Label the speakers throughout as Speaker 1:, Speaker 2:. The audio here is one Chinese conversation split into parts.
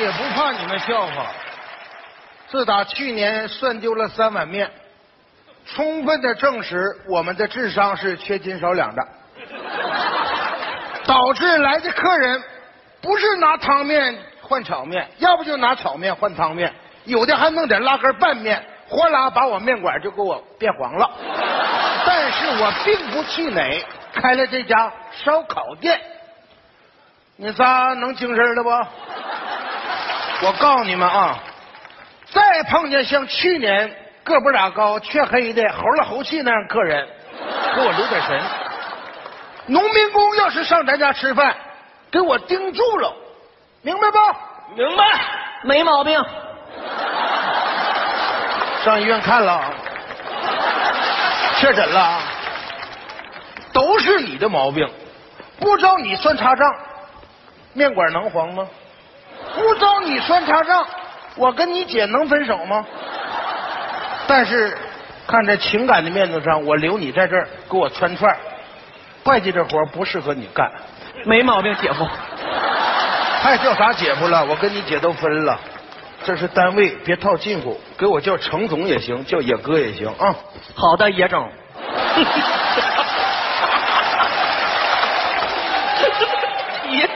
Speaker 1: 也不怕你们笑话。自打去年涮丢了三碗面，充分的证实我们的智商是缺斤少两的，导致来的客人不是拿汤面换炒面，要不就拿炒面换汤面，有的还弄点拉根拌面，哗啦把我面馆就给我变黄了。但是我并不气馁，开了这家烧烤店。你仨能精神了不？我告诉你们啊，再碰见像去年个不咋高、黢黑的、猴了猴气那样客人，给我留点神。农民工要是上咱家吃饭，给我盯住了，明白不？
Speaker 2: 明白，没毛病。
Speaker 1: 上医院看了，啊确诊了，啊都是你的毛病，不找你算差账，面馆能黄吗？不找你算差账，我跟你姐能分手吗？但是看在情感的面子上，我留你在这儿给我穿串儿会计这活儿不适合你干，
Speaker 2: 没毛病，姐夫。
Speaker 1: 还叫啥姐夫了？我跟你姐都分了，这是单位，别套近乎，给我叫程总也行，叫野哥也行啊。
Speaker 2: 好的，野整。野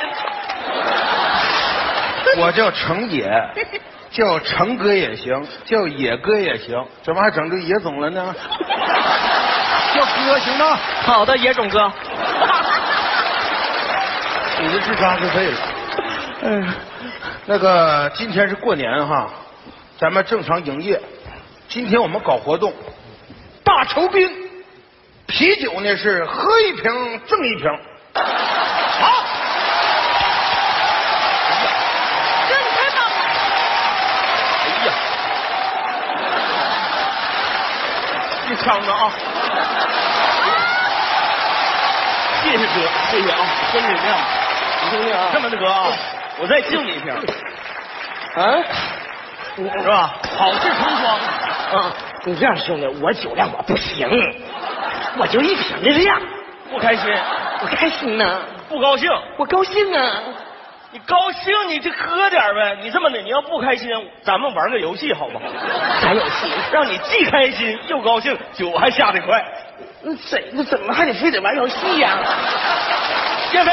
Speaker 1: 我叫程姐，叫程哥也行，叫野哥也行，怎么还整这野总了呢？ 叫哥行吗？
Speaker 2: 好的，野种哥。
Speaker 1: 你的智商是废了。
Speaker 3: 哎
Speaker 1: 嗯，那个今天是过年哈，咱们正常营业。今天我们搞活动，大酬宾，啤酒呢是喝一瓶赠一瓶。好，
Speaker 3: 哎
Speaker 4: 哥，你太棒了！
Speaker 1: 哎呀，
Speaker 2: 你抢着啊！谢谢哥，谢谢啊，真是这样。你听听啊，这么的哥啊，我再敬你一瓶，
Speaker 1: 啊，
Speaker 2: 是吧？好事成双。
Speaker 3: 啊，你这样兄弟，我酒量我不行，我就一瓶的量，
Speaker 2: 不开心，
Speaker 3: 我开心呢，
Speaker 2: 不高兴，
Speaker 3: 我高兴啊，
Speaker 2: 你高兴你就喝点呗。你这么的，你要不开心，咱们玩个游戏好不好？
Speaker 3: 还有戏，
Speaker 2: 让你既开心又高兴，酒还下得快。
Speaker 3: 那怎那怎么还得非得玩游戏呀、
Speaker 2: 叶飞，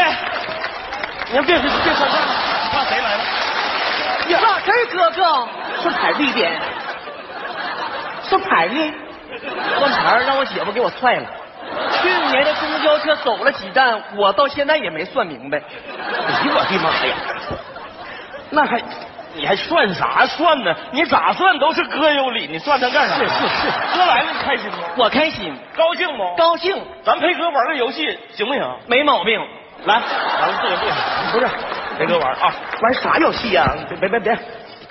Speaker 2: 你别别别说话，你怕谁来了？
Speaker 3: 你咋这儿哥哥？算牌子一点，算牌子，
Speaker 2: 端盘让我姐夫给我踹了。去年的公交车走了几站，我到现在也没算明白。
Speaker 3: 哎呦我的妈呀，那还
Speaker 2: 你还算啥算呢？你咋算都是哥有理，你算他干啥？是是是，哥来了你开心吗？
Speaker 3: 我开心，
Speaker 2: 高兴不？
Speaker 3: 高兴
Speaker 2: 咱陪哥玩个游戏行不行？
Speaker 3: 没毛病。
Speaker 2: 来，咱们做个对手，
Speaker 3: 不是
Speaker 2: 陪哥玩啊！
Speaker 3: 玩啥游戏呀、别别别别，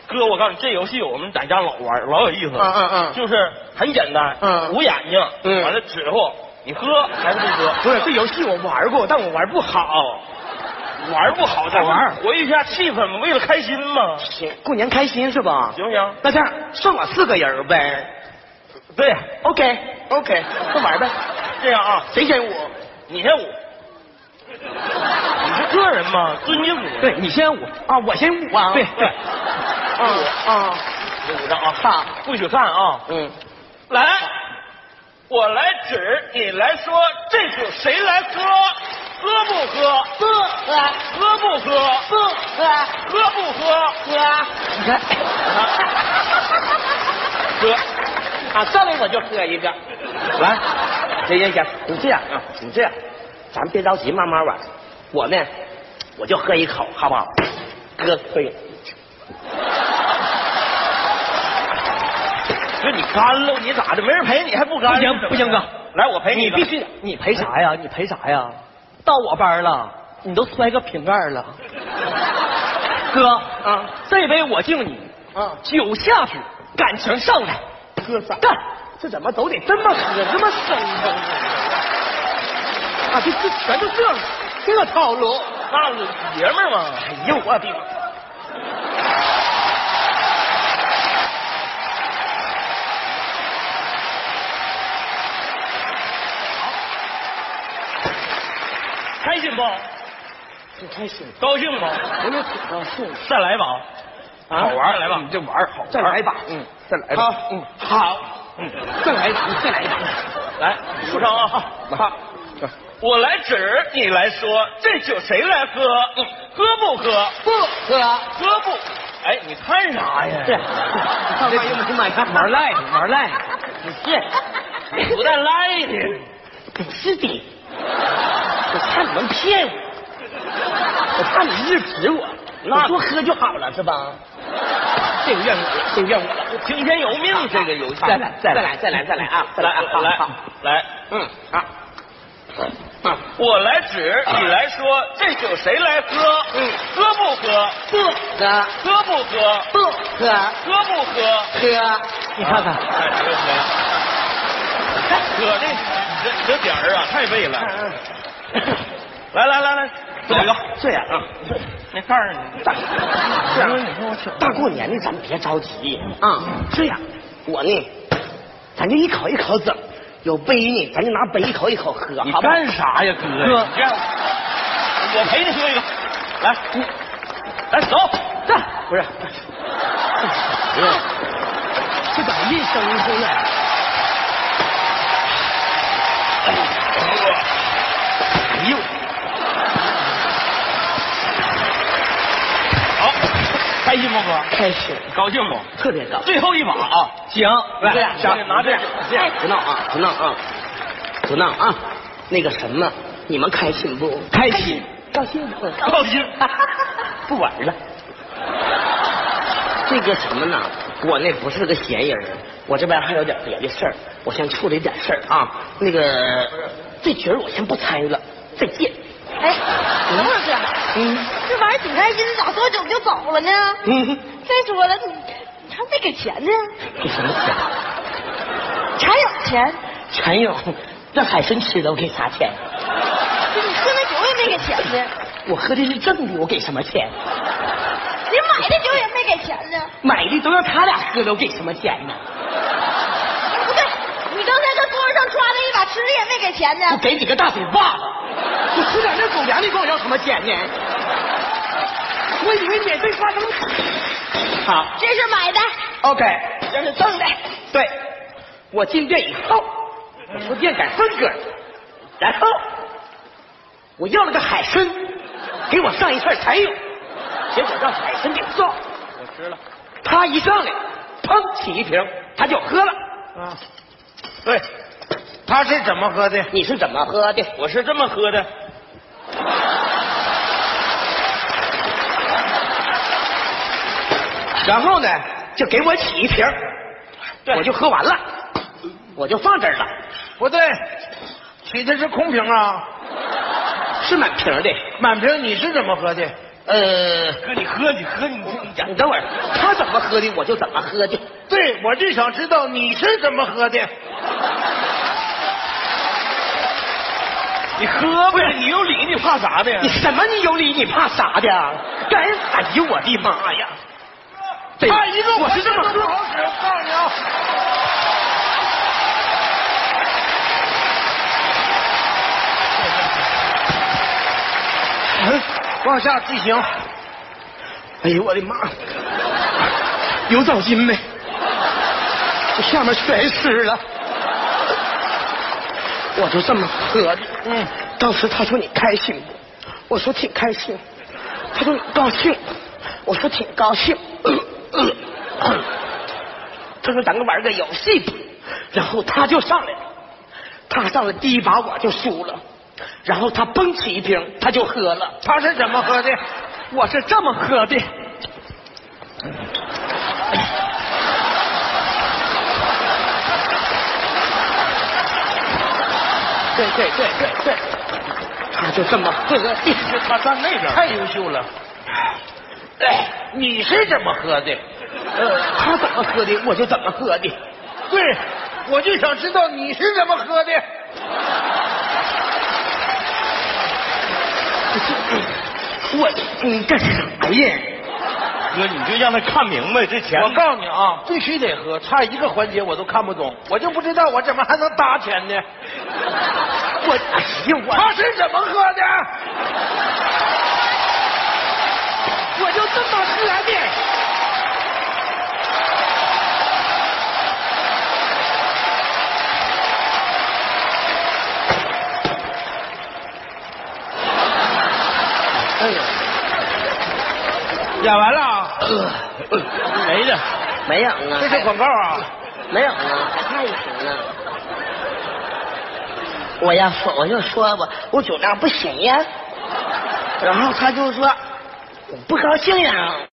Speaker 2: 哥，我告诉你，这游戏我们在家老玩，老有意思了。
Speaker 1: 嗯嗯嗯
Speaker 2: 就是很简单，
Speaker 1: 嗯
Speaker 2: 捂眼睛，
Speaker 1: 嗯
Speaker 2: 完了指后你喝还是不喝？
Speaker 3: 不是这游戏我玩过，但我玩不好。
Speaker 2: 玩不好再
Speaker 3: 好玩儿
Speaker 2: 活跃一下气氛嘛，为了开心嘛，
Speaker 3: 行，过年开心是吧？
Speaker 2: 行不行？
Speaker 3: 那这样算我四个人儿呗。
Speaker 2: 对，
Speaker 3: OK OK，那玩呗，
Speaker 2: 这样啊，
Speaker 3: 谁先我？
Speaker 2: 你先舞，你是个人嘛，尊敬你。
Speaker 3: 对你先我啊，我先我啊。
Speaker 2: 对对，
Speaker 3: 啊啊，
Speaker 2: 这舞着啊，
Speaker 3: 好，
Speaker 2: 不许看啊！
Speaker 3: 嗯，
Speaker 2: 来，我来指，你来说，这组谁来喝？喝不喝？
Speaker 3: 不喝
Speaker 2: 喝不喝？
Speaker 3: 不喝
Speaker 2: 喝不喝？
Speaker 3: 喝，你看
Speaker 2: 喝。
Speaker 3: 啊，上来我就喝一个。来，行行行，你这样啊，你这样，咱别着急，慢慢玩。我呢，我就喝一口，好不好？哥，喝一口。
Speaker 2: 哥，你干了，你咋的？没人陪你还不干？
Speaker 3: 不行不行哥，
Speaker 2: 来我陪你一个。
Speaker 3: 必须得，你陪啥呀？你陪啥呀？到我班了，你都摔个瓶盖 了。哥啊，这杯我敬你，
Speaker 1: 啊，
Speaker 3: 酒下去，感情上来，
Speaker 1: 哥仨
Speaker 3: 干！这怎么都得这么喝，这么生动啊？啊，这这全都这这套路。
Speaker 2: 那我爷们儿嘛。
Speaker 3: 哎呦我的妈！
Speaker 2: 开心不？
Speaker 3: 挺开心，
Speaker 2: 高兴不？
Speaker 3: 我也挺高兴。
Speaker 2: 再来一把。
Speaker 3: 啊
Speaker 2: 好玩儿来吧
Speaker 3: 你这玩儿好玩儿，
Speaker 2: 再来一把
Speaker 3: 嗯，再来一把，
Speaker 2: 好，
Speaker 3: 嗯，
Speaker 2: 好，
Speaker 3: 嗯，再来一把，再来一把，
Speaker 2: 来，数上啊，
Speaker 3: 好，
Speaker 2: 我来指，你来说，这酒谁来喝？嗯喝不喝？
Speaker 3: 不喝。
Speaker 2: 喝不？哎，你看啥呀？
Speaker 3: 这，干嘛用不买看？ 玩赖的，玩赖的，不是，你不带赖的，不是的，我怕你们骗我，我怕你日指我，那多喝就好了是吧？这个怨我了，这个怨我了，
Speaker 2: 听天由命这个游戏。
Speaker 3: 再来，再来，再来，再来啊！再来啊！好
Speaker 2: 嗯来
Speaker 3: 好，
Speaker 2: 来，
Speaker 3: 嗯啊，啊，
Speaker 2: 我来指，你来说，这酒谁来喝？
Speaker 3: 嗯
Speaker 2: 喝不喝？
Speaker 3: 不喝，
Speaker 2: 喝不喝？
Speaker 3: 不喝，
Speaker 2: 喝不喝？
Speaker 3: 喝，你看看。
Speaker 2: 哎，你这哥这这这点儿啊，太背了。
Speaker 3: 嗯
Speaker 2: 来来来来，
Speaker 3: 这
Speaker 2: 来
Speaker 3: 样
Speaker 2: 个，
Speaker 3: 这样啊，
Speaker 2: 那告诉你，
Speaker 3: 大这样，
Speaker 2: 啊
Speaker 3: 大过年的咱别着急
Speaker 2: 嗯
Speaker 3: 啊。这样，我呢，咱就一口一口整，有杯呢，咱就拿杯一口一口喝，好不好？
Speaker 2: 啥呀，哥呀？
Speaker 3: 哥
Speaker 2: 你这样，我陪你喝一个，来，嗯来走，
Speaker 3: 这不是，这咋一生出来？哎呦，
Speaker 2: 好，开心不哥？
Speaker 3: 开始
Speaker 2: 高兴不？
Speaker 3: 特别高。
Speaker 2: 最后一把啊，
Speaker 3: 行，
Speaker 2: 来
Speaker 3: 这样
Speaker 2: 行拿这个
Speaker 3: 这样，不闹啊，不闹啊，不闹啊。那个什么，你们开心不？
Speaker 2: 开心，
Speaker 3: 高兴不？
Speaker 2: 高兴。
Speaker 3: 不玩了。这个什么呢？我那不是个闲人儿，我这边还有点别的事儿，我先处理点事儿啊。那个这局儿我先不参与了，再见。
Speaker 4: 哎，等会儿哥，
Speaker 3: 嗯
Speaker 4: 这玩意儿挺开心，咋多久就走了呢？
Speaker 3: 嗯，
Speaker 4: 再说了，你你还没给钱呢，
Speaker 3: 给什么钱？
Speaker 4: 还有钱，
Speaker 3: 陈勇，这海参吃了我给啥钱？
Speaker 4: 这你喝那酒也没给钱呢，
Speaker 3: 我喝的是正的，我给什么钱？
Speaker 4: 你买的酒也没给钱呢。
Speaker 3: 买的都让他俩喝了，我给什么钱呢？
Speaker 4: 不对，你刚才搁桌子上抓了一把吃的也没给钱
Speaker 3: 我
Speaker 4: 呢。
Speaker 3: 给你个大嘴巴子！你吃点那狗粮，你管我要什么钱呢？我以为免费发生。好
Speaker 4: 这是买的，
Speaker 3: ，OK，
Speaker 4: 这是赠的。
Speaker 3: 对，我进店以后，我说店改风格，然后我要了个海参，给我上一份蚕蛹，结果让海参给送，我吃了。他一上来，砰起一瓶，他就喝了。
Speaker 2: 对，
Speaker 1: 他是怎么喝的？
Speaker 3: 你是怎么喝的？
Speaker 2: 我是这么喝的。
Speaker 3: 然后呢，就给我起一瓶儿，
Speaker 2: 对
Speaker 3: 我就喝完了，我就放这儿了，
Speaker 1: 不对，起的是空瓶啊，
Speaker 3: 是满瓶儿的。
Speaker 1: 满瓶。你是怎么喝的？
Speaker 3: 呃，
Speaker 2: 哥，你喝，你喝，你听你讲。
Speaker 3: 你等会儿，他怎么喝的，我就怎么喝的。
Speaker 1: 对，我就想知道你是怎么喝的。
Speaker 2: 你喝呗，你有理，你怕啥的呀
Speaker 3: 你？什么？你有理？你怕啥的？啊干啥？哎呦我的妈呀！对
Speaker 1: 他一个
Speaker 3: 我是这么
Speaker 1: 不
Speaker 3: 喝，
Speaker 1: 好使，我告诉你啊。嗯往下进行，
Speaker 3: 哎呦我的妈！有澡巾没？这下面全湿了。我就这么喝的。
Speaker 1: 嗯，
Speaker 3: 当时他说你开心不？我说挺开心。他说你高兴，我说挺高兴。他说咱们玩个游戏吧，然后他就上来了，他上来第一把我就输了，然后他蹦起一瓶他就喝了，
Speaker 1: 他是怎么喝的？
Speaker 3: 我是这么喝的。对对对对对，他就这么喝的。
Speaker 1: 他站那边，太优秀了。
Speaker 3: 哎，
Speaker 1: 你是怎么喝的？
Speaker 3: 呃，他怎么喝的，我就怎么喝的。
Speaker 1: 对，我就想知道你是怎么喝的。
Speaker 3: 我，你干啥呀？
Speaker 2: 哥，你就让他看明白这钱
Speaker 1: 我告诉你啊，必须得喝，差一个环节我都看不懂，我就不知道我怎么还能搭钱呢？
Speaker 3: 我，哎呀，我
Speaker 1: 他是怎么喝的？
Speaker 3: 我就这么喝的。哎呦，
Speaker 2: 演完了啊？没的，
Speaker 3: 没影啊，
Speaker 1: 呃这是广告啊！
Speaker 3: 没有啊，太行了。我要说，我就说我我酒量不行呀，然后他就说我不高兴呀。